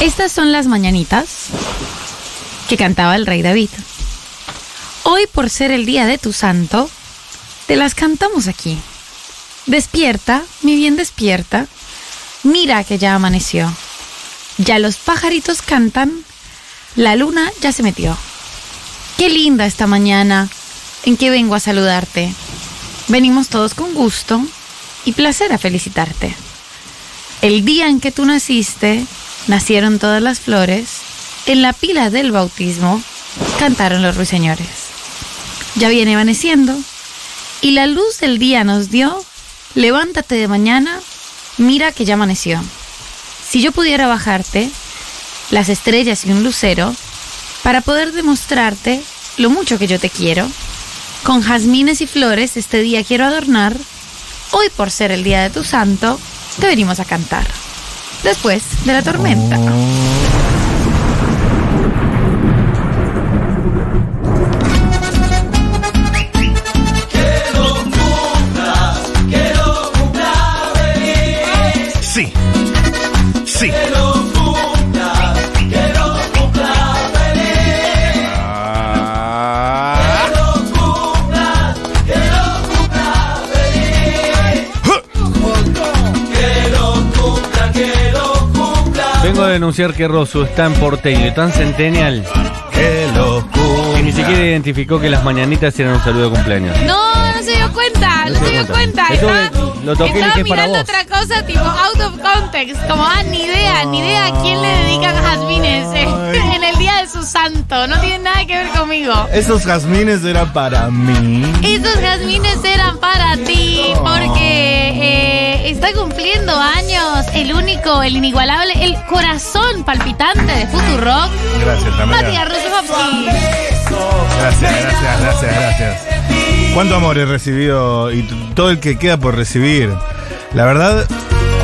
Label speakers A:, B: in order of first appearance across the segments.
A: Estas son las mañanitas que cantaba el rey David. Hoy por ser el día de tu santo, te las cantamos aquí. Despierta, mi bien despierta, mira que ya amaneció. Ya los pajaritos cantan, la luna ya se metió. Qué linda esta mañana en que vengo a saludarte. Venimos todos con gusto y placer a felicitarte. El día en que tú naciste, nacieron todas las flores, en la pila del bautismo cantaron los ruiseñores. Ya viene amaneciendo y la luz del día nos dio, levántate de mañana, mira que ya amaneció. Si yo pudiera bajarte, las estrellas y un lucero, para poder demostrarte lo mucho que yo te quiero, con jazmines y flores este día quiero adornar, hoy por ser el día de tu santo, te venimos a cantar después de la tormenta.
B: Oh. Sí. Sí. Ah.
C: Vengo a denunciar que Rosu es tan porteño y tan centennial
B: Que lo
C: que ni siquiera identificó que las mañanitas eran un saludo de cumpleaños.
D: No, no se dio cuenta, no, se dio cuenta.
C: Eso
D: Estaba,
C: lo toqué y
D: estaba
C: dije, "Es para
D: mirando
C: vos".
D: otra cosa tipo out of context. Como, ah, ni idea, ni idea a quién le dedican jazmines eh, en el día de su santo. No tiene nada que ver conmigo.
B: Esos jazmines eran para mí.
D: Estos jazmines eran para ti porque eh, está cumpliendo años el único, el inigualable, el corazón palpitante de Futurock,
B: Gracias,
D: Matías
B: Tamara.
D: Rosuchowski.
B: Gracias, gracias, gracias, gracias. Cuánto amor he recibido y t- todo el que queda por recibir. La verdad,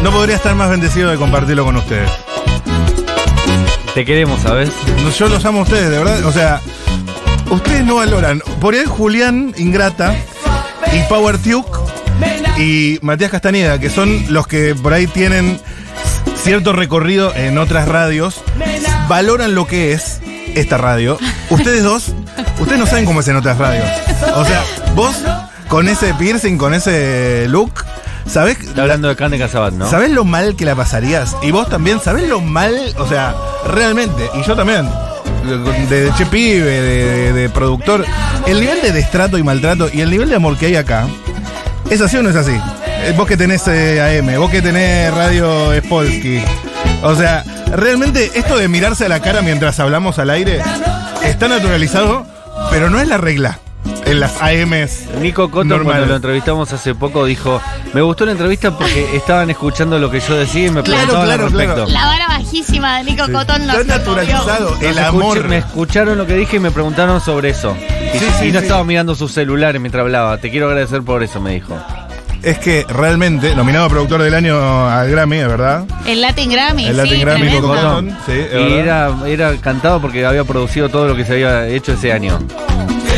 B: no podría estar más bendecido de compartirlo con ustedes.
C: Te queremos, ¿sabes?
B: No, Yo los amo a ustedes, de verdad. O sea, ustedes no valoran. Por ahí Julián Ingrata y Power Tuke y Matías Castañeda, que son los que por ahí tienen cierto recorrido en otras radios, valoran lo que es esta radio. Ustedes dos, ustedes no saben cómo es en otras radios. O sea, vos con ese piercing, con ese look, ¿sabés?
C: Está hablando de Cande Casabat, ¿no?
B: ¿Sabés lo mal que la pasarías? Y vos también, ¿sabés lo mal? O sea, realmente, y yo también, de, de che pibe, de, de- de productor, el nivel de destrato y maltrato y el nivel de amor que hay acá, ¿es así o no es así? Eh, Vos que tenés eh, AM, vos que tenés Radio Spolsky. O sea, realmente esto de mirarse a la cara mientras hablamos al aire está naturalizado, pero no es la regla en las AMs.
C: Nico Cotto,
B: Normal.
C: cuando lo entrevistamos hace poco, dijo: Me gustó la entrevista porque estaban escuchando lo que yo decía y me
B: Claro,
C: preguntaban
B: claro,
C: al respecto.
D: La vara bajísima de Nico Cotón nos
B: Está naturalizado
C: Los
B: el
C: escuché-
B: amor.
C: me escucharon lo que dije y me preguntaron sobre eso. Y,
B: Sí,
C: y
B: sí,
C: no
B: sí.
C: estaba mirando sus celulares mientras hablaba. Te quiero agradecer por eso, me dijo.
B: es que realmente, nominado a productor del año al Grammy, es verdad.
D: El Latin Grammy,
B: El
D: sí,
B: Latin Grammy,
D: tremendo.
B: Nico Cotton.
C: Cotón.
B: Sí, es
C: y era, era cantado porque había producido todo lo que se había hecho ese año.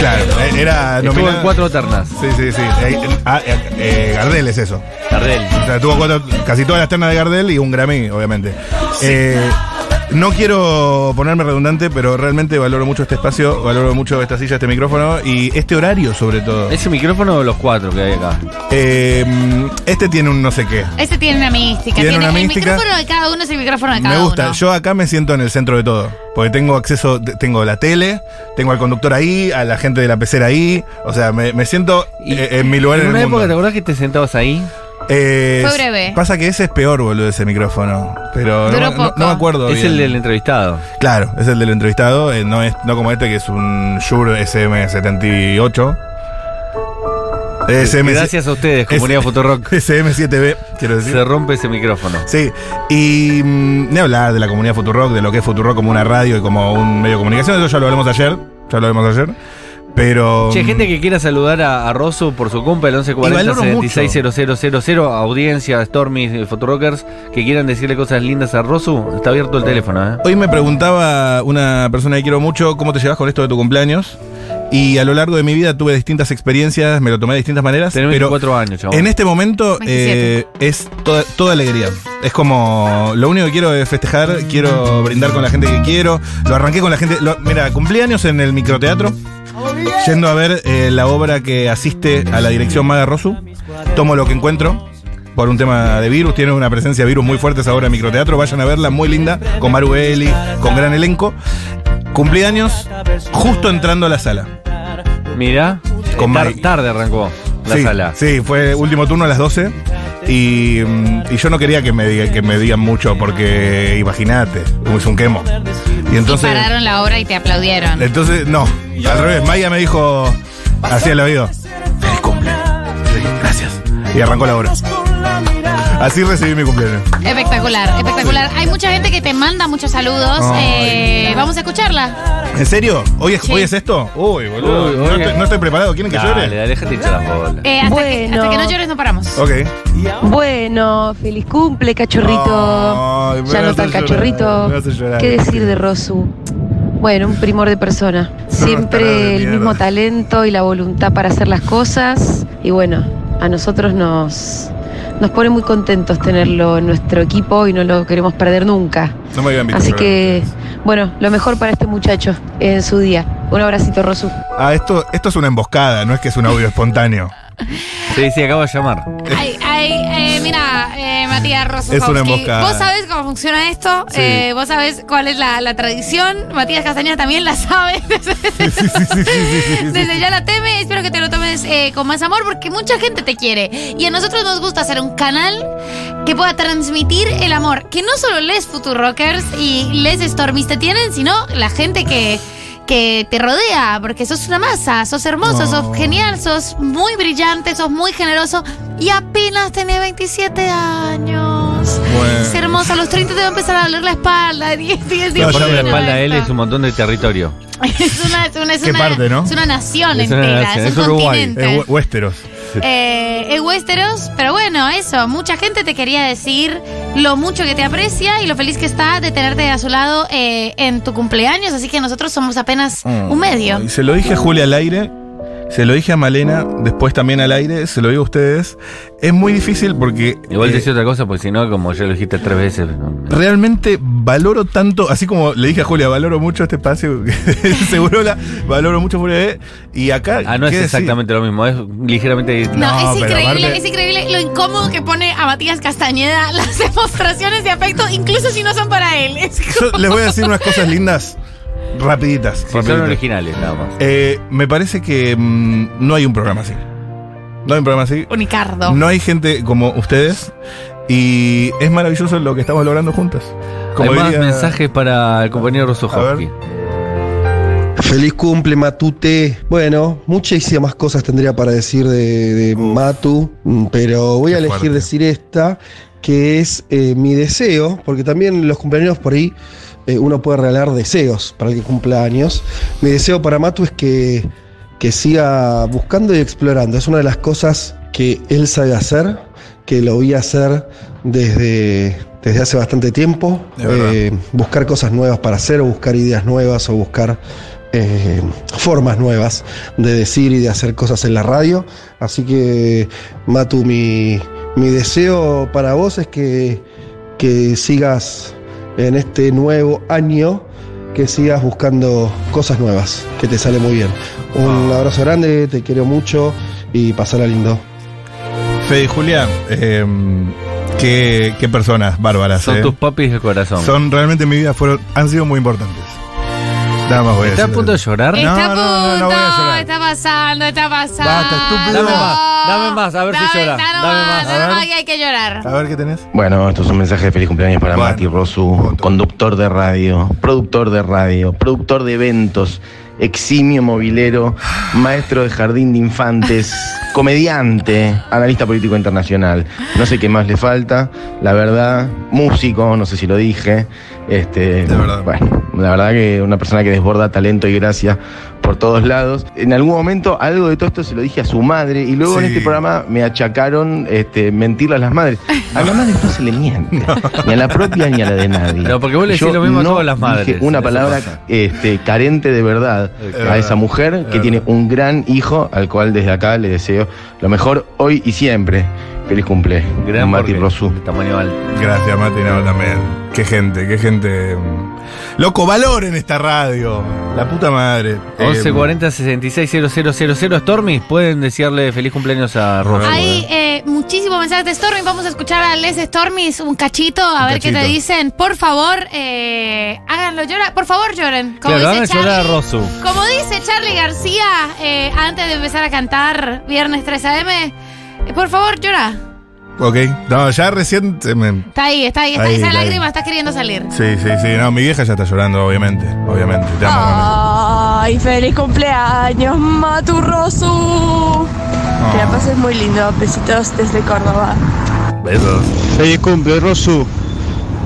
B: Claro, eh, era
C: Estuvo
B: nominado.
C: en cuatro ternas.
B: Sí, sí, sí. Eh, eh, ah, eh, eh, Gardel es eso.
C: Gardel.
B: O sea, tuvo cuatro- casi todas las ternas de Gardel y un Grammy, obviamente. Eh, no quiero ponerme redundante, pero realmente valoro mucho este espacio, valoro mucho esta silla, este micrófono y este horario sobre todo.
C: ¿Ese micrófono o los cuatro que hay acá?
B: Eh, este tiene un no sé qué.
D: Este tiene una mística.
B: Tiene
D: Tiene
B: una
D: el
B: mística.
D: micrófono de cada uno es el micrófono de cada
B: Me
D: uno.
B: gusta, yo acá me siento en el centro de todo, porque tengo acceso, te- tengo la tele, tengo al conductor ahí, a la gente de la pecera ahí, o sea, me, me siento
C: Y-
B: eh, en mi lugar en,
C: en una
B: el
C: época, ¿te
B: mundo.
C: acordás que te sentabas ahí?
B: Eh,
D: Fue breve.
B: Pasa que ese es peor, boludo, ese micrófono, pero no,
D: Duró
B: me- no-
D: poco.
B: no me acuerdo
C: Es
B: bien.
C: el del entrevistado.
B: Claro, es el del entrevistado, eh, no, es, no como este que es un Shure SM78. SM,
C: Gracias a ustedes, comunidad
B: es-
C: Fotorock.
B: SM7B, quiero decir.
C: Se rompe ese micrófono.
B: Sí, y mm, ni hablar de la comunidad Futurock, de lo que es Futurock como una radio y como un medio de comunicación, eso ya lo hablamos ayer, ya lo hablamos ayer, pero... mm,
C: Che, gente que quiera saludar a, a Rosso por su cumple, el
B: Y
C: 1140
B: valoro
C: 760000, audiencia, Stormy, Fotorockers, que quieran decirle cosas lindas a Rosu, está abierto el teléfono, ¿eh?
B: Hoy me preguntaba una persona que quiero mucho, ¿cómo te llevas con esto de tu cumpleaños? Y a lo largo de mi vida tuve distintas experiencias, me lo tomé de distintas maneras.
C: Tenés
B: pero
C: 24 años, chaval.
B: en este momento eh, es toda, toda alegría. Es como lo único que quiero es festejar, quiero brindar con la gente que quiero. Lo arranqué con la gente. lo- mira, cumplí años en el microteatro. Yendo a ver eh, la obra que asiste a la dirección Maga Rosu. Tomo lo que encuentro. Por un tema de virus, tiene una presencia de virus muy fuerte esa obra de microteatro. Vayan a verla, muy linda, con Maru Eli, con gran elenco. Cumplí años justo entrando a la sala.
C: Mira,
B: Con
C: eh, tar-
B: Mari.
C: tarde arrancó la
B: sí,
C: sala.
B: Sí, fue último turno a las 12. Y, mm, y yo no quería que me, diga- que me digan mucho porque imagínate, es un quemo. Y entonces,
D: y pararon la obra y te aplaudieron.
B: entonces no, al revés, Maya me dijo así al oído, feliz cumple, Sí, gracias. Y arrancó la obra. Así recibí mi cumpleaños.
D: Espectacular, espectacular. Hay mucha gente que te manda muchos saludos.
B: Ay.
D: Eh, vamos a escucharla.
B: ¿En serio? ¿Hoy es,
D: Sí.
B: hoy es esto? Uy, boludo.
C: Uy,
B: no,
C: oye.
B: estoy, no estoy preparado, ¿quieren que
C: Dale,
B: llore?
C: dale, déjate hinchar la bola.
D: Eh, hasta, que,
E: Bueno.
D: hasta que no llores no paramos.
B: Ok.
E: Bueno, feliz cumple, cachorrito.
B: Ay, me
E: ya no
B: vas
E: está
B: a
E: el
B: llorar,
E: cachorrito.
B: me vas a llorar.
E: ¿Qué decir de Rosu? Bueno, un primor de persona.
B: tarado de
E: Siempre el
B: mierda.
E: mismo talento y la voluntad para hacer las cosas. Y bueno, a nosotros nos, nos pone muy contentos tenerlo en nuestro equipo y no lo queremos perder nunca.
B: No me habían visto
E: Así
B: llorar
E: que,
B: antes.
E: bueno, lo mejor para este muchacho en su día. Un abracito, Rosu.
B: Ah, esto, esto es una emboscada, no es que es un audio espontáneo.
C: Sí, sí, acabo de llamar.
D: Ay, ay, eh, mira, eh, Matías Rosso.
B: Es una emboscada.
D: Vos sabés cómo funciona esto,
B: Sí.
D: eh, vos sabés cuál es la, la tradición. Matías Castañeda también la sabe.
B: Sí, sí, sí, sí, sí, sí, sí.
D: Desde ya la teme, espero que te lo tomes eh, con más amor porque mucha gente te quiere. Y a nosotros nos gusta hacer un canal que pueda transmitir el amor. Que no solo les Futurockers y les Stormies te tienen, sino la gente que, que te rodea. Porque sos una masa, sos hermoso,
B: No.
D: sos genial, sos muy brillante, sos muy generoso. Y apenas tenés 27 años.
B: Bueno.
D: Es hermosa, a los 30 te va a empezar a doler la espalda. 10, 10,
B: No, ya
C: La parte de la
B: veo.
C: espalda de él es un montón de territorio.
D: es una, es una, es
B: ¿Qué
D: una-
B: parte, no?
D: es una nación
C: Es una
D: entera,
C: nación,
D: es un
C: es Uruguay,
D: continente.
B: Eh, Wé- Westeros.
D: Eh, en Westeros, pero bueno, eso, mucha gente te quería decir lo mucho que te aprecia y lo feliz que está de tenerte a su lado eh, en tu cumpleaños, así que nosotros somos apenas Eh,
B: Mm,
D: un medio.
B: Y se lo dije a Julia al aire, se lo dije a Malena, después también al aire, se lo digo a ustedes. Es muy difícil porque
C: Igual
B: eh,
C: te decía otra cosa, porque si no, como ya lo dijiste tres veces. no-
B: realmente valoro tanto, así como le dije a Julia, valoro mucho este espacio, seguro la valoro mucho Julia eh, y acá
C: Ah, no es
B: ¿qué decir?
C: exactamente lo mismo, es ligeramente.
D: No,
B: No,
D: es
B: pero
D: increíble,
B: aparte-
D: es increíble lo incómodo que pone a Matías Castañeda las demostraciones de afecto, incluso si no son para él. Es
B: Yo les voy a decir unas cosas lindas, rapiditas.
C: si son
B: rapiditas.
C: originales, nada más.
B: Eh, me parece que mm, no hay un programa así. No hay un programa así.
D: unicardo.
B: No hay gente como ustedes. Y es maravilloso lo que estamos logrando juntas. Como
C: Hay más
B: diría-
C: mensajes para el compañero Rosojovsky.
F: Feliz cumple, Matute. Bueno, muchísimas cosas tendría para decir de, de Matu, mm, pero voy a
B: Qué
F: elegir
B: fuerte.
F: decir esta, que es eh, mi deseo, porque también los cumpleaños por ahí eh, uno puede regalar deseos para el que cumpla años. Mi deseo para Matu es que, que siga buscando y explorando. Es una de las cosas que él sabe hacer, que lo vi hacer desde, desde hace bastante tiempo.
B: Es verdad.
F: Eh, buscar cosas nuevas para hacer, o buscar ideas nuevas, o buscar eh, formas nuevas de decir y de hacer cosas en la radio. Así que, Matu, mi, mi deseo para vos es que, que sigas en este nuevo año, que sigas buscando cosas nuevas, que te sale muy bien. Un
B: Ah.
F: abrazo grande, te quiero mucho y pasala lindo.
B: Fede y Julia, eh, qué, qué personas bárbaras.
C: Son
B: eh.
C: tus papis del corazón.
B: Son realmente en mi vida, fueron, han sido muy importantes. Nada más voy a
C: ¿Está a
B: decir.
C: punto de llorar?
B: Eh,
D: Está a
B: No, no, no, no voy a
D: punto,
B: llorar.
D: está pasando, está pasando.
B: estúpido. Dame
C: más, dame más, a ver si llora.
D: Dame,
C: Dame
D: más,
B: a
C: más,
D: dame
B: ver.
D: más, que hay que llorar.
B: A ver qué tenés.
G: Bueno, esto es un mensaje de feliz cumpleaños para
B: Bueno.
G: Mati Rosu,
B: Punto.
G: conductor de radio, productor de radio, productor de eventos, eximio movilero, maestro de jardín de infantes, comediante, analista político internacional. No sé qué más le falta, la verdad, músico, no sé si lo dije. Este,
B: De verdad.
G: Bueno, la verdad que una persona que desborda talento y gracia por por todos lados. En algún momento algo de todo esto se lo dije a su madre y luego en
B: Sí.
G: este programa me achacaron este, mentirle a las madres. A las madres no se le miente, ni a la propia ni a la de nadie.
C: No, porque vos le decís
G: Yo
C: lo mismo a
G: no
C: todas las
G: dije
C: madres,
G: Una
C: eso
G: palabra
C: pasa.
G: este, carente de verdad
C: Es
G: a
B: verdad,
G: esa mujer que
B: es
G: tiene un gran hijo al cual desde acá le deseo lo mejor hoy y siempre. Feliz cumple,
C: Gran
G: Martín
C: porque-
G: Rosu.
C: de tamaño alto.
B: Gracias, Matinado también. Qué gente, qué gente. mm. Loco, valor en esta radio. La puta madre.
C: 1140 660000 Stormy, pueden desearle feliz cumpleaños a Rosu.
D: Hay eh, muchísimos mensajes de Stormy. Vamos a escuchar a Les Stormy un cachito, a
B: Un
D: ver qué te
B: cachito.
D: dicen. Por favor, eh, háganlo llorar. Por favor, lloren. Como
C: Claro, hagan
D: dice
C: llorar a
D: Charlie.
C: Rosu.
D: Como dice Charlie García eh, antes de empezar a cantar Viernes 3 AM, eh, por favor, llora.
B: Ok. No, ya recién. se me-
D: Está ahí, está ahí, está
B: Ahí,
D: esa
B: ahí.
D: lágrima está queriendo salir.
B: Sí, sí, sí. No, mi vieja ya está llorando, obviamente. Obviamente. Te amo, mami.
H: Ay, feliz cumpleaños, Maturrosu. Que la
B: Oh.
H: pases muy lindo. Besitos desde Córdoba.
B: Besos.
I: Feliz cumple, Rosu.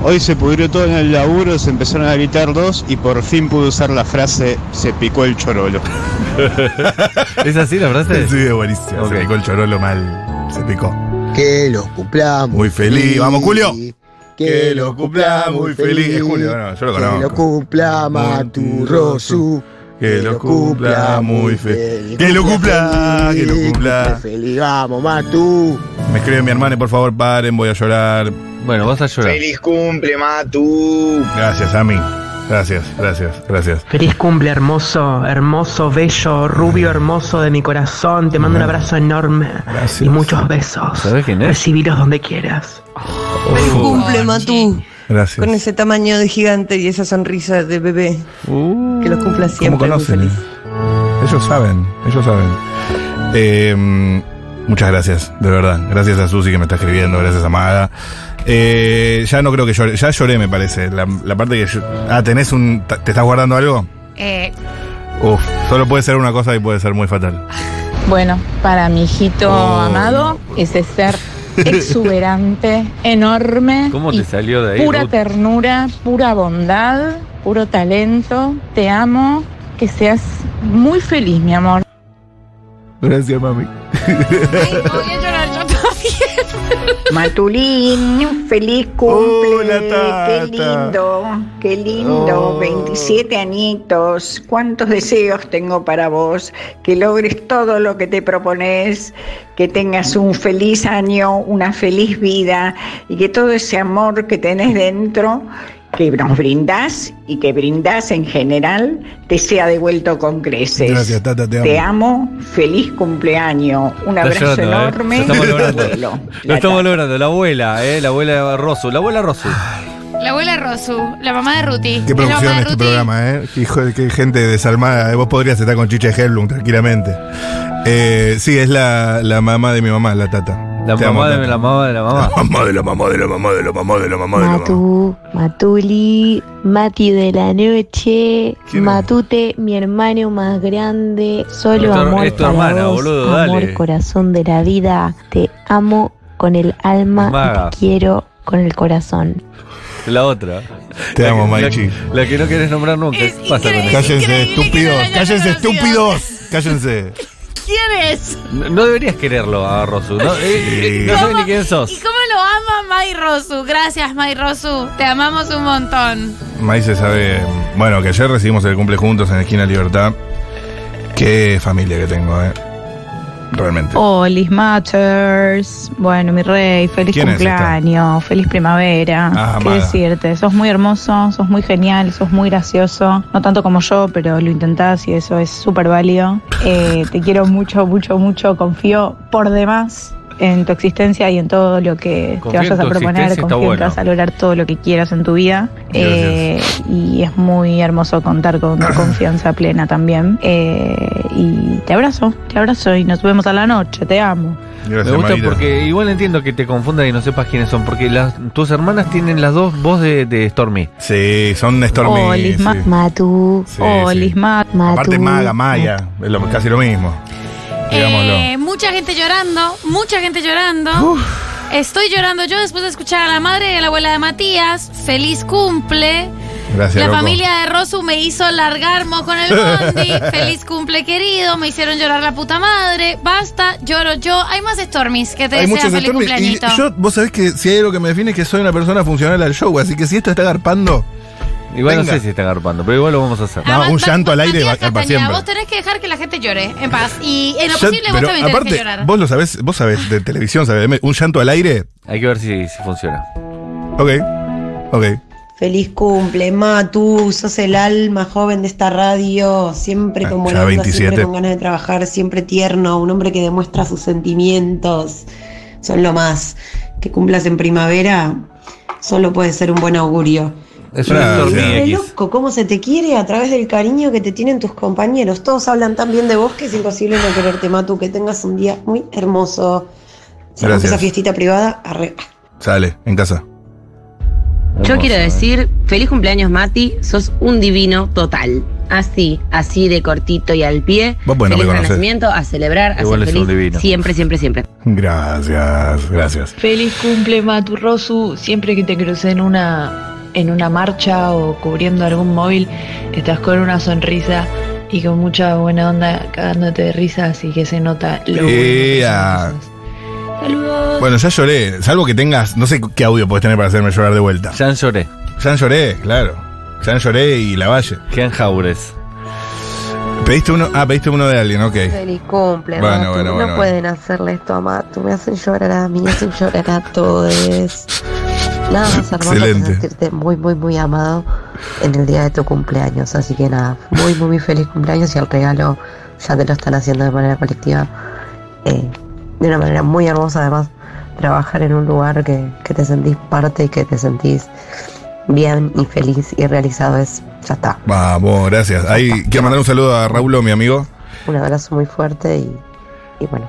I: Hoy se pudrió todo en el laburo, se empezaron a gritar dos y por fin pude usar la frase se picó el chorolo.
C: ¿Es así la frase?
B: Sí, buenísimo.
C: Ok.
B: Se picó el chorolo mal. Se picó.
J: Que los cumplamos.
B: Muy feliz. Vamos, Julio. Que los cumpla muy feliz. Es
J: Es
B: Julio, no, yo lo
J: Que
B: conozco.
J: los cumpla Maturrosu.
B: Que lo cumpla muy feliz. Que lo cumpla, que lo cumpla.
J: Feliz, vamos, Matu.
B: Me escribe mi hermana y por favor paren, voy a llorar.
C: Bueno, vas a llorar.
K: Feliz cumple, Matu.
B: Gracias, Ami. Gracias, gracias, gracias.
I: Feliz cumple, hermoso, hermoso, bello, rubio, hermoso de mi corazón. Te mando un abrazo enorme
B: Gracias.
I: y muchos besos.
C: ¿Sabés quién es?
I: Recibilos donde quieras.
H: Feliz
C: Oh.
H: cumple, Matú.
B: Gracias.
H: Con ese tamaño de gigante y esa sonrisa de bebé.
C: Uh.
H: Que los cumpla
B: ¿Cómo
H: siempre. muy
B: conocen?
H: feliz.
B: Ellos saben, ellos saben. Eh, muchas gracias, de verdad. Gracias a Susi que me está escribiendo, gracias a Amada. Eh, ya no creo que llore, ya lloré me parece. La, la parte que... yo- ah, tenés un... ¿Te estás guardando algo?
D: Eh,
B: Uf, solo puede ser una cosa y puede ser muy fatal.
L: Bueno, para mi hijito
B: Oh.
L: amado, ese ser exuberante, enorme,
C: ¿Cómo te
L: y
C: salió de ahí?
L: pura
C: Ruth?
L: ternura, pura bondad, puro talento. Te amo, que seas muy feliz, mi amor.
B: Gracias, mami.
D: ay, no, voy a llorar yo también.
L: Matulín, feliz
B: cumple, Hola, qué Tata. lindo,
L: qué
B: lindo, Oh. 27
L: anitos. ¿Cuántos deseos tengo para vos? Que logres todo lo que te propones, que tengas un feliz año, una feliz vida y que todo ese amor que tenés dentro, que nos brindás y que brindás en general, te sea devuelto con creces.
B: Gracias, Tata, te amo.
L: Te amo, feliz cumpleaños, un
C: Está
L: abrazo
C: llorando, ¿eh?
L: enorme.
C: Lo estamos
L: y
C: logrando.
L: vuelo.
C: Lo
L: La
C: estamos logrando, la abuela, eh, la abuela Rosu, la abuela Rosu.
B: Ah,
D: La abuela Rosu, la mamá de Ruti.
B: Qué
D: es la mamá
B: producción
D: de
B: este
D: Ruti.
B: programa, ¿eh? Hijo de qué gente desarmada. Vos podrías estar con Chicha Herlung tranquilamente. Eh, sí, es la, la mamá de mi mamá, la tata.
C: La
B: Te
C: mamá
B: amo,
C: de
B: Tata.
C: la mamá de la mamá.
B: Mamá de la mamá de la mamá de la mamá de la mamá de la mamá.
L: Matu, Matuli, Mati de la noche,
B: ¿Quién es?
L: Matute, mi hermano más grande,
C: Es
L: solo
C: tu-
L: amor
C: es tu
L: para
C: hermana,
L: vos,
C: boludo,
L: amor
C: dale.
L: corazón de la vida, te amo con el alma,
C: Maga.
L: y te quiero con el corazón.
C: La otra.
B: Te
C: La
B: amo,
C: que-
B: Maichi.
C: La, la que no quieres nombrar nunca.
D: Es
C: ¿Qué pasa con
D: increíble.
C: eso?
B: Cállense,
D: increíble que no lo
B: estúpidos.
D: hayas
B: Cállense,
D: conocido.
B: estúpidos. Cállense.
D: ¿Quién es?
C: No deberías quererlo a Rosu. No, Eh, eh, no sé ni quién
D: ¿Y
C: sos.
D: cómo lo ama May Rosu? Gracias, May Rosu. Te amamos un montón.
B: Maíz se sabe. Bueno, que ayer recibimos el cumple juntos en la Esquina Libertad. Qué familia que tengo, ¿eh? Realmente.
L: Olis Matchers, bueno mi rey, feliz
B: ¿Quién es esta?
L: cumpleaños, feliz primavera.
B: Ah,
L: ¿Qué
B: amada.
L: decirte? Sos muy hermoso, sos muy genial, sos muy gracioso. No tanto como yo, pero lo intentás y eso es súper válido. Eh, te quiero mucho, mucho, mucho. Confío por demás en tu existencia y en todo lo que
C: Confío en
L: te vayas
C: tu
L: a proponer.
C: existencia, está
L: Confío en que
C: bueno.
L: vas a lograr todo lo que quieras en tu vida. Eh, y es muy hermoso contar con tu confianza plena también. Eh, y te abrazo, te abrazo y nos vemos a la noche. Te amo.
B: Gracias,
C: Me gusta
B: Maíta.
C: porque igual entiendo que te confundas y no sepas quiénes son, porque las, tus hermanas tienen las dos voz de, de Stormy.
B: Sí, son Stormy.
D: Oh,
L: Olis
B: sí.
L: Ma- Matu,
B: Sí,
L: Olis
B: sí.
L: Ma- Matu.
B: Aparte, Maga, Maya. Es lo- casi lo mismo. Digámoslo.
D: Mm. Eh, mucha gente llorando, mucha gente llorando. Estoy llorando yo después de escuchar a la madre y a la abuela de Matías. Feliz cumple.
B: Gracias,
D: La
B: loco.
D: familia de Rosu me hizo largar moco en el bondi. Feliz cumple, querido. Me hicieron llorar la puta madre. Basta, lloro yo. Hay más Stormies que te
B: Hay
D: desean
B: muchos
D: feliz
B: Stormy, y
D: cumpleañito.
B: yo, vos sabés que si hay algo que me define es que soy una persona funcional al show, así que si esto está garpando.
C: Igual
B: Venga.
C: no sé si está agarpando, pero igual lo vamos a hacer.
B: No, un llanto al aire va a
D: Matías
B: quedar para
D: Castañeda,
B: siempre.
D: vos tenés que dejar que la gente llore en paz. Y en lo
B: Ya-
D: posible vos
B: pero
D: también tenés que
B: aparte,
D: llorar.
B: vos lo sabés, vos sabés de televisión, sabés, de- un llanto al aire.
C: Hay que ver si, si funciona.
B: Ok, ok.
M: Feliz cumple, Matu, sos el alma joven de esta radio, siempre con buena
B: Ah, ya
M: onda,
B: 27.
M: siempre con ganas de trabajar, siempre tierno, un hombre que demuestra sus sentimientos, son lo más. Que cumplas en primavera, solo puede ser un buen augurio.
C: Es una
M: Y
C: Stormy
M: qué
C: X.
M: loco, cómo se te quiere a través del cariño que te tienen tus compañeros. Todos hablan tan bien de vos que es imposible no quererte, Matu, que tengas un día muy hermoso. Se rompe
B: Gracias.
M: esa fiestita privada, arre.
B: Sale, en casa.
N: Yo quiero decir, feliz cumpleaños Mati, sos un divino total. Así, así de cortito y al pie.
B: Vos, bueno,
N: feliz
B: me conocés.
N: renacimiento, a celebrar, a
B: Igual
N: ser
B: es un
N: feliz.
B: divino.
N: Siempre, siempre, siempre.
B: Gracias, gracias.
O: Feliz cumple Maturrosu, siempre que te crucé en una, en una marcha o cubriendo algún móvil, estás con una sonrisa y con mucha buena onda cagándote de risa, así que se nota lo bueno que
B: Ea. Eh, ah, Bueno, ya lloré, salvo que tengas, no sé qué audio podés tener para hacerme llorar de vuelta.
C: Ya lloré.
B: Ya lloré, claro. Ya lloré y la valle.
C: Quedan jaures.
B: Pediste uno, ah, pediste uno de alguien, ok.
E: Feliz cumple,
B: Bueno,
E: Matu.
B: bueno,
E: no
B: bueno,
E: pueden hacerle esto a Matu. Me hacen llorar a mí, me hacen llorar a todos. Nada más hermoso que
B: Excelente.
E: sentirte muy, muy, muy amado en el día de tu cumpleaños. Así que nada, muy, muy, muy feliz cumpleaños y el regalo ya te lo están haciendo de manera colectiva. eh, de una manera muy hermosa, además, trabajar en un lugar que, que te sentís parte y que te sentís bien y feliz y realizado es, ya está.
B: Vamos, gracias. Ahí quiero mandar un saludo a Raúl, mi amigo.
E: Un abrazo muy fuerte y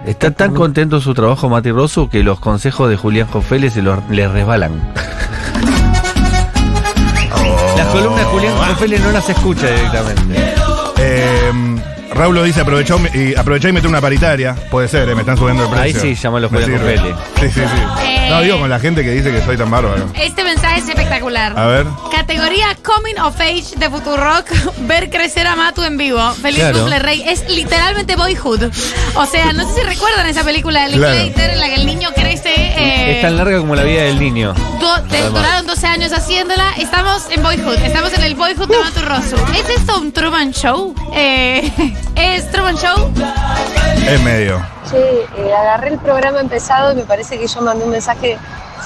C: Está tan contento su trabajo, Mati Rosso, que los consejos de Julián Jofele se los, le resbalan.
B: Oh.
C: Las columnas de Julián Jofele no las escucha directamente.
B: Eh, Raúl lo dice, aprovechá y, aprovechá y mete una paritaria. Puede ser, eh, me están subiendo el
C: Ahí
B: precio.
C: sí, llámalo
B: Me
C: Julián
B: sirve.
C: Jofele.
B: Sí, sí, sí. No, digo, con la gente que dice que soy tan bárbaro.
D: Este mensaje es espectacular.
B: A ver.
D: Categoría Coming of Age de Futurock, ver crecer a Matu en vivo. Feliz
B: Claro.
D: cumple, Rey. Es literalmente Boyhood. O sea, no sé si recuerdan esa película de
C: Claro.
D: Linklater en la que el niño crece. eh,
C: Es tan larga como la vida del niño.
D: do- te-
C: Además.
D: duraron 12 años haciéndola. Estamos en Boyhood. Estamos en el Boyhood de Matu Rosu. ¿Es esto un Truman Show? Eh, ¿Es Truman Show?
B: Es medio.
P: Che, eh, agarré el programa empezado y me parece que yo mandé un mensaje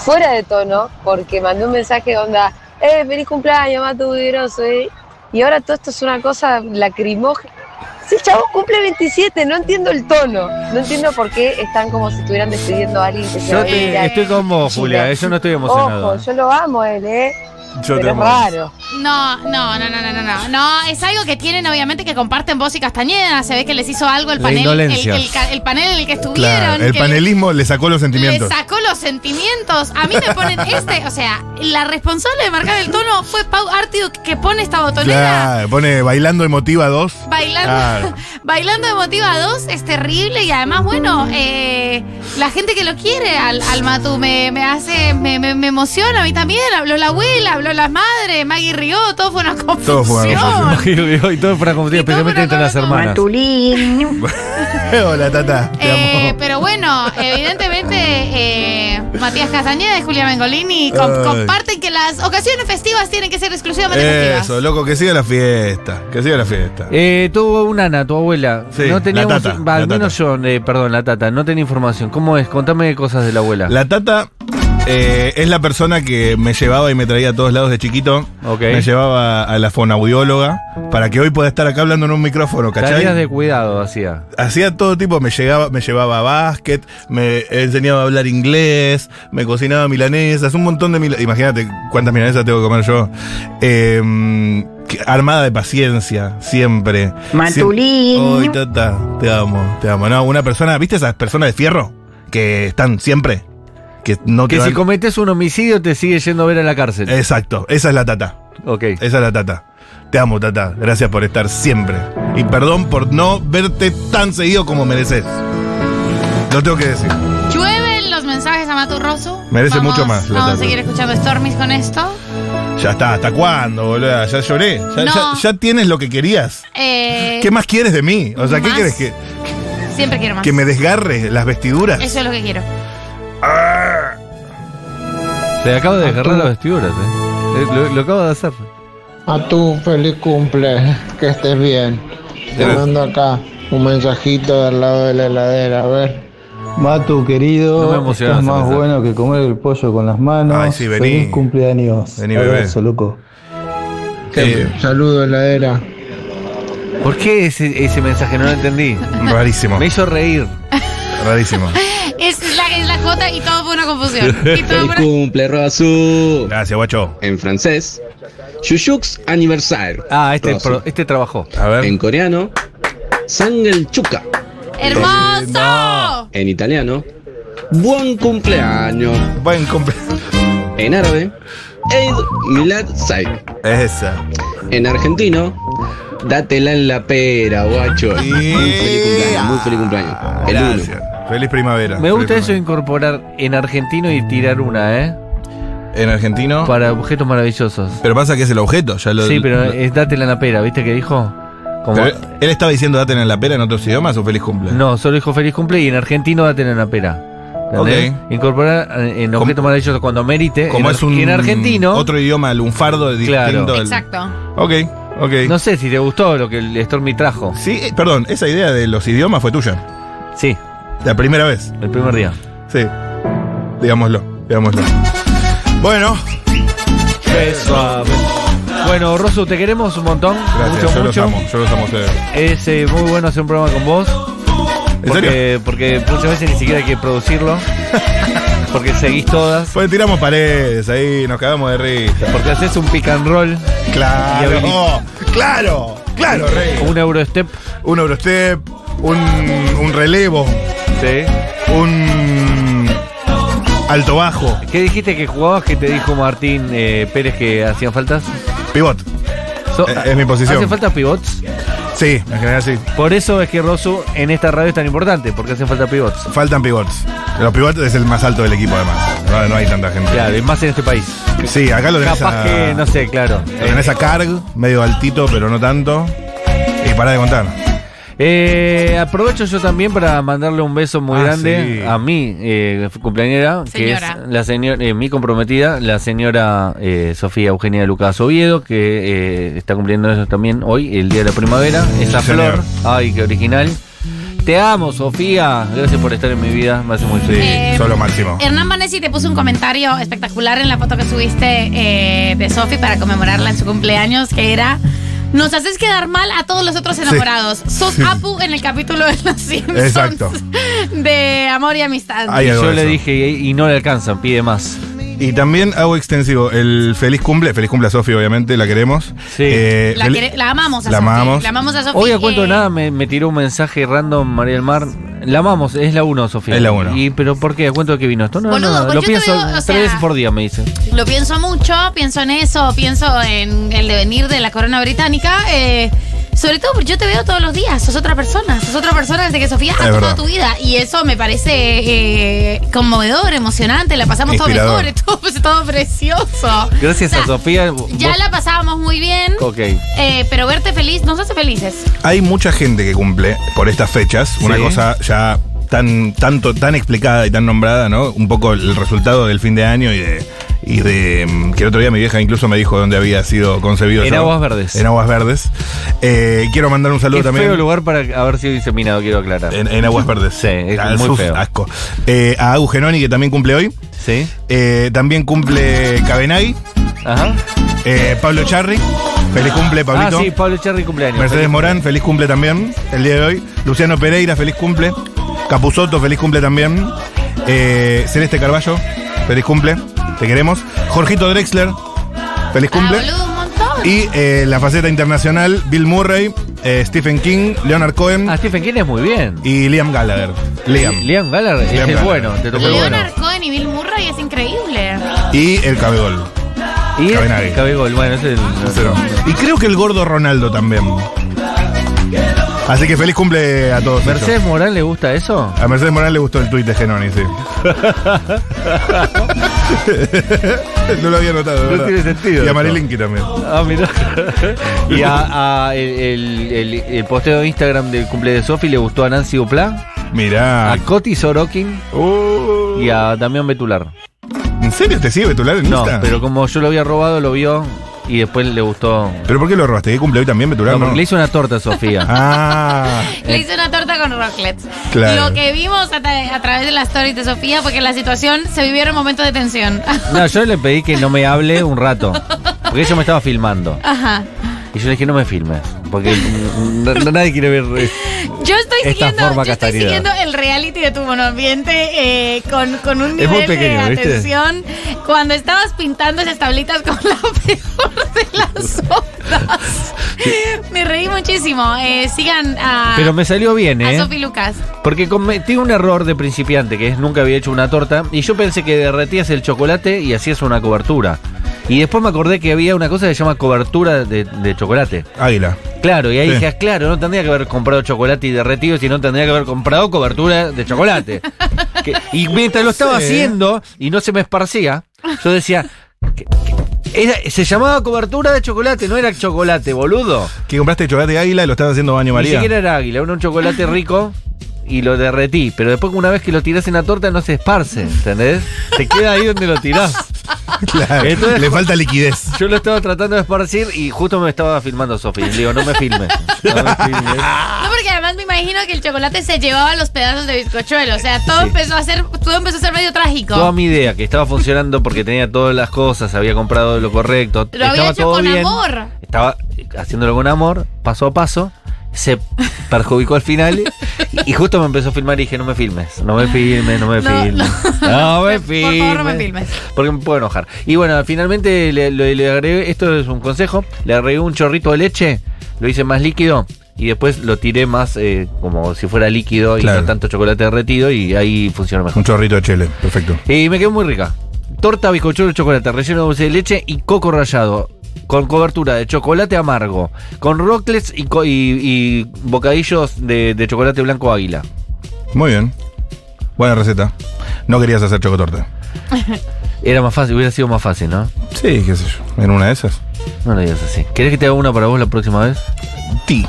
P: fuera de tono, porque mandé un mensaje onda, ¡eh, feliz cumpleaños, Matu Vigroso! eh". Y ahora todo esto es una cosa lacrimógena. Sí, chavo, cumple 27, no entiendo el tono. No entiendo por qué están como si estuvieran despidiendo a alguien que se va
C: Yo
P: a ir a-
C: te- estoy con vos, Julia, eh, yo no estoy emocionado.
P: Ojo, yo lo amo a él, ¿eh?
C: Yo
P: Pero
C: te
P: es
C: amo.
P: raro.
D: No, no, no, no, no, no, no. No, es algo que tienen, obviamente, que comparten vos y Castañeda. Se ve que les hizo algo el
B: La
D: panel. El,
B: indolencia.
D: el ca- el panel en el que estuvieron.
B: Claro, el
D: que
B: panelismo le sacó los
D: Le
B: sentimientos.
D: sacó los sentimientos. A mí me ponen este, o sea, la responsable de marcar el tono fue Pau Artiuk, que pone esta botonera.
B: Claro, pone bailando emotiva 2.
D: Bailando,
B: Claro.
D: bailando de Motiva 2 es terrible y además, bueno, eh, la gente que lo quiere al, al Matu me, me hace, me, me- me emociona a mí también. Habló la abuela, habló la madre, Maggie rió, todo fue una confusión.
C: Todo fue una confusión. Y todo fue una confusión, especialmente entre las hermanas.
D: Matulín.
B: Hola, tata. Te
D: Eh,
B: amo.
D: pero bueno, evidentemente eh, Matías Castañeda y Julia Mengolini com-
B: Ay.
D: comparten que las ocasiones festivas tienen que ser exclusivamente festivas.
B: Eso, loco, que siga la fiesta. Que siga la fiesta.
C: Eh, tu una nana, tu abuela.
B: Sí,
C: no teníamos,
B: la tata,
C: va, al
B: la
C: menos yo, eh, perdón, la tata, no tenía información. ¿Cómo es? Contame cosas de la abuela.
B: La tata eh, es la persona que me llevaba y me traía a todos lados de chiquito. Me llevaba a la fonaudióloga para que hoy pueda estar acá hablando en un micrófono, ¿cachai?
C: Tareas de cuidado hacía.
B: Hacía todo tipo, me llegaba, me llevaba a básquet, me enseñaba a hablar inglés, me cocinaba milanesas, un montón de milanesas. Imagínate cuántas milanesas tengo que comer yo. Eh, que- armada de paciencia, siempre.
L: Matulín.
B: Siem- Ay, tata, te amo, te amo. No, una persona, ¿viste esas personas de fierro? Que están siempre. Que no te
C: que Eh, si
B: van-
C: cometes un homicidio te sigue yendo a ver a la cárcel.
B: Exacto, esa es la tata.
C: Ok.
B: Esa es la tata. Te amo, tata. Gracias por estar siempre. Y perdón por no verte tan seguido como mereces. Lo tengo que decir.
D: Llueven los mensajes a Matu Rosu.
B: Merece
D: Vamos-
B: mucho más la
D: Vamos a
B: tanda.
D: seguir escuchando Stormis con esto.
B: Ya está, ¿hasta cuándo, boludo? Ya lloré. Ya,
D: No.
B: ya- ya tienes lo que querías.
D: Eh,
B: ¿Qué más quieres de mí? O sea, ¿qué
D: más.
B: quieres que,
D: Siempre quiero más.
B: que me desgarre las vestiduras?
D: Eso es lo que quiero.
C: Se acaba de desgarrar las vestiduras, eh. Eh, Lo, lo acabo de hacer.
J: A tu feliz cumple, que estés bien. Te
C: Gracias.
J: mando acá un mensajito del lado de la heladera, a ver.
Q: Matu, querido,
J: No me emociona
Q: estás
J: ese
Q: más
J: mensaje.
Q: bueno que comer el pollo con las manos.
J: Ay, sí, vení.
Q: Feliz cumpleaños.
J: Vení, bebé.
Q: Abrazo, loco.
J: Eh, Saludo heladera.
C: ¿Por qué ese, ese mensaje? No lo entendí.
B: Rarísimo.
C: Me hizo reír.
B: Rarísimo.
D: Es es la, es la J y todo fue una confusión. Y todo
R: Feliz
D: fue una-
R: cumple, Rosu.
B: Gracias, guacho.
R: En francés, Chuchuk's anniversaire.
C: Ah, este, pro- este trabajó.
B: A ver.
R: En coreano, Sangel Chuka.
D: ¡Hermoso!
R: En italiano, Buen cumpleaños.
B: Buen cumpleaños.
R: En árabe, Eid Milad Said.
B: Esa.
R: En argentino, Datela en la pera, guacho. Muy feliz cumpleaños, muy feliz cumpleaños. El uno.
B: Gracias. Feliz primavera.
C: Me gusta
B: Feliz
C: eso de incorporar en argentino y tirar una, ¿eh?
B: En argentino.
C: Para objetos maravillosos.
B: Pero pasa que es el objeto, ya lo Eh,
C: sí, pero es dátela en la pera, ¿viste que dijo? Como-
B: Pero él estaba diciendo date en la pera en otros idiomas o feliz cumple.
C: No, solo dijo feliz cumple y en argentino dátela en la pera. ¿Entendés? Incorporar eh, en objetos maravillosos cuando merite.
B: Como
C: en,
B: es un
C: en argentino.
B: otro idioma lunfardo distinto
C: Claro.
B: del-
D: Oh, Exacto.
B: Ok, ok.
C: No sé si te gustó lo que el Stormy trajo.
B: Sí, eh, perdón, esa idea de los idiomas fue tuya.
C: Sí.
B: La primera vez.
C: El primer día.
B: Sí. Digámoslo, digámoslo. Bueno.
C: Bueno, Rosu, te queremos un montón.
B: Gracias,
C: mucho,
B: yo
C: mucho.
B: los amo, yo los amo a ustedes.
C: Es eh, muy bueno hacer un programa con vos. porque, Porque muchas veces ni siquiera hay que producirlo. porque seguís todas.
B: Pues tiramos paredes ahí, nos cagamos de risa.
C: Porque haces un pick and roll.
B: Claro,
C: Y habili-
B: claro, claro, rey.
C: Un Eurostep.
B: Un Eurostep, un, un relevo.
C: Sí.
B: Un alto bajo.
C: ¿Qué dijiste que jugabas que te dijo Martín eh, Pérez que hacían faltas?
B: Pivot.
C: So-
B: Eh, es mi posición.
C: ¿Hacen falta pivots?
B: Sí, en general sí.
C: Por eso es que Rosu en esta radio es tan importante, porque hacen falta pivots.
B: Faltan pivots. Los pivots es el más alto del equipo además. No, no hay tanta gente.
C: Claro, y más en este país.
B: Sí, acá lo tenés
C: Capaz
B: a-
C: que, no sé, claro.
B: Lo tenés a Carg, medio altito, pero no tanto. Y pará de contar.
C: Eh, aprovecho yo también para mandarle un beso muy
B: Ah,
C: grande
B: sí.
C: a mi eh, cumpleañera, que
D: Señora.
C: es la señora, eh, mi comprometida, la señora eh, Sofía Eugenia Lucas Oviedo, que eh, está cumpliendo eso también hoy, el día de la primavera. Esa
B: Sí, señor.
C: flor, ay, qué original. Te amo, Sofía. Gracias por estar en mi vida. Me hace muy feliz.
D: Eh,
B: Solo máximo.
D: Hernán Vanesi te puso un comentario espectacular en la foto que subiste eh, de Sofi para conmemorarla en su cumpleaños, que era. Nos haces quedar mal a todos los otros enamorados. Sos
B: Sí.
D: Apu en el capítulo de Los Simpsons
B: Exacto.
D: de Amor y Amistad.
C: y
B: algo
C: yo
B: de
C: le
B: eso.
C: dije, y, y no le alcanzan, pide más.
B: Y también hago extensivo el feliz cumple. Feliz cumple a Sofi, obviamente, la queremos.
C: Sí.
B: Eh,
D: La,
B: fel-
D: quere- la amamos a
B: la
D: Sofi,
B: amamos.
D: La amamos a Sofi.
C: Hoy a cuento
D: eh,
C: de nada me, me tiró un mensaje random María del Mar. La amamos, es la 1, Sofía.
B: Es la uno.
C: ¿Y pero por qué? ¿A cuento de qué vino esto? No,
D: Boludo,
C: no, no.
D: pues
C: Lo
D: yo
C: pienso
D: te veo, o
C: tres
D: sea-
C: veces por día, me dice.
D: Lo pienso mucho, pienso en eso, pienso en el devenir de la corona británica. eh, sobre todo porque yo te veo todos los días, sos otra persona, sos otra persona desde que Sofía
B: Es
D: ha tomado
B: verdad.
D: tu vida. Y eso me parece eh, conmovedor, emocionante, la pasamos todo
C: Inspirador.
D: mejor, todo, pues, todo precioso.
C: Gracias
D: O sea,
C: a Sofía.
D: Ya
C: vos-
D: la pasábamos muy bien,
C: Ok.
D: eh, pero verte feliz nos hace felices.
B: Hay mucha gente que cumple por estas fechas. Una
C: Sí.
B: cosa ya tan, tanto, tan explicada y tan nombrada, ¿no? Un poco el resultado del fin de año y de. Y de. mm, Que el otro día mi vieja incluso me dijo dónde había sido concebido.
C: En
B: yo.
C: Aguas Verdes.
B: En Aguas Verdes. Eh, quiero mandar un saludo
C: Qué
B: también.
C: feo lugar para haber sido diseminado, quiero aclarar.
B: En, en Aguas Verdes.
C: Sí, es
B: Al
C: muy
B: sus-
C: feo.
B: Asco. Eh, a Agu Genoni, que también cumple hoy.
C: Sí.
B: Eh, también cumple Cabenagui.
C: Ajá.
B: Eh, Pablo Charri. Feliz cumple, Pablito.
C: Ah, sí, Pablo Cherry cumpleaños.
B: Mercedes Morán, feliz cumple también el día de hoy. Luciano Pereira, feliz cumple. Capuzotto, feliz cumple también. Eh, Celeste Carballo, feliz cumple. Te queremos. Jorgito Drexler, feliz cumple.
D: Ah, boludo, un montón.
B: Y eh, la faceta internacional, Bill Murray, eh, Stephen King, Leonard Cohen
C: Ah, Stephen King es muy bien.
B: y Liam Gallagher. Liam.
C: Y Liam Gallagher es
B: Liam
C: el
B: Gallagher.
C: bueno, te tocó el bueno.
D: Leonard Cohen y Bill Murray es increíble.
B: Y el Cabegol.
C: Y
B: Cabenagui.
C: Cabegol, bueno, ese es el.
B: Cero. Y creo que el gordo Ronaldo también. Así que feliz cumple a todos.
C: ¿Mercedes Morán le gusta eso?
B: A Mercedes Morán le gustó el tuit de Genoni, sí. no lo había notado. de
C: No
B: verdad.
C: tiene sentido
B: Y a
C: esto.
B: Marilinki también.
C: Ah, mira. y a, a el, el- el- el posteo de Instagram del cumple de Sofi le gustó a Nancy Oplá,
B: Mirá.
C: a Coti Sorokin y a Damián Betular.
B: ¿En serio te sigue Betular en
C: No,
B: Insta?
C: pero como yo lo había robado, lo vio y después le gustó.
B: ¿Pero por qué lo robaste? ¿Qué cumple hoy también Betular?
C: No,
B: No.
C: porque le hizo una torta a Sofía.
B: Ah.
D: Le hice una torta con rocklets.
C: Claro.
D: Lo que vimos a, tra- a través de las stories de Sofía fue que la situación se vivió en un momento de tensión.
C: No, yo le pedí que no me hable un rato. Porque ella me estaba filmando.
D: Ajá.
C: Y yo le dije, no me filmes. Porque n- n- nadie quiere ver. eh,
D: Yo estoy
C: Esta
D: siguiendo,
C: forma
D: yo estoy
C: castañeda.
D: siguiendo el reality de tu monoambiente eh, con, con un
C: Es muy
D: nivel de
C: pequeño, ¿viste?
D: atención. Cuando estabas pintando esas tablitas con la peor de las ondas. Me reí muchísimo. Eh, sigan a,
C: Pero me salió bien,
D: a
C: ¿eh?
D: Sofi Lucas.
C: Porque cometí un error de principiante, que es nunca había hecho una torta, y yo pensé que derretías el chocolate y hacías una cobertura. Y después me acordé que había una cosa que se llama cobertura de, de chocolate.
B: Águila.
C: Claro, y ahí
B: Sí.
C: dije, "Ah, claro, no tendría que haber comprado chocolate y derretido, sino tendría que haber comprado cobertura de chocolate. Que- y mientras lo estaba
B: Sí.
C: haciendo y no se me esparcía, yo decía, "Que- que- era- se llamaba cobertura de chocolate, no era chocolate, boludo.
B: Que compraste chocolate de águila y lo estás haciendo baño
C: Ni
B: María.
C: siquiera era águila, era un chocolate rico y lo derretí. Pero después, una vez que lo tirás en la torta, no se esparce, ¿entendés? Te queda ahí donde lo tirás.
B: Claro.
C: Entonces-
B: le falta liquidez.
C: Yo lo estaba tratando de esparcir y justo me estaba filmando Sofía. Le digo, no me filmes. No me filmes.
D: No, porque además me imagino que el chocolate se llevaba los pedazos de bizcochuelo. O sea, todo
C: Sí.
D: empezó a ser, todo empezó a ser medio trágico.
C: Toda mi idea, que estaba funcionando porque tenía todas las cosas, había comprado lo correcto,
D: Lo
C: estaba
D: había hecho
C: todo
D: con
C: bien.
D: amor.
C: Estaba haciéndolo con amor, paso a paso. Se perjudicó al final y justo me empezó a filmar y dije, no me filmes, no me filmes, no me
D: No,
C: filmes. No, me
D: Por
C: filmes.
D: favor, no me filmes.
C: Porque me puedo enojar. Y bueno, finalmente le, le- le agregué, esto es un consejo, le agregué un chorrito de leche, lo hice más líquido y después lo tiré más eh, como si fuera líquido y
B: Claro.
C: no tanto chocolate derretido y ahí funciona mejor.
B: Un chorrito de chile. Perfecto.
C: Y me quedó muy rica. Torta bizcochuelo de chocolate, relleno de dulce de leche y coco rallado. Con cobertura de chocolate amargo. Con rocklets y, co- y- y bocadillos de, de chocolate blanco águila.
B: Muy bien. Buena receta. No querías hacer chocotorta.
C: Era más fácil, hubiera sido más fácil, ¿no?
B: Sí, qué sé yo. En una de esas.
C: No lo digas así. ¿Querés que te haga una para vos la próxima vez?
B: Ti.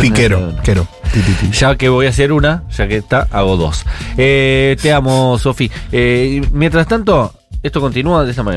B: Tiquero. Quero. Ti, ti, ti.
C: Ya que voy a hacer una, ya que está, hago dos. Eh, te amo, Sofi. Eh, mientras tanto, esto continúa de esta manera.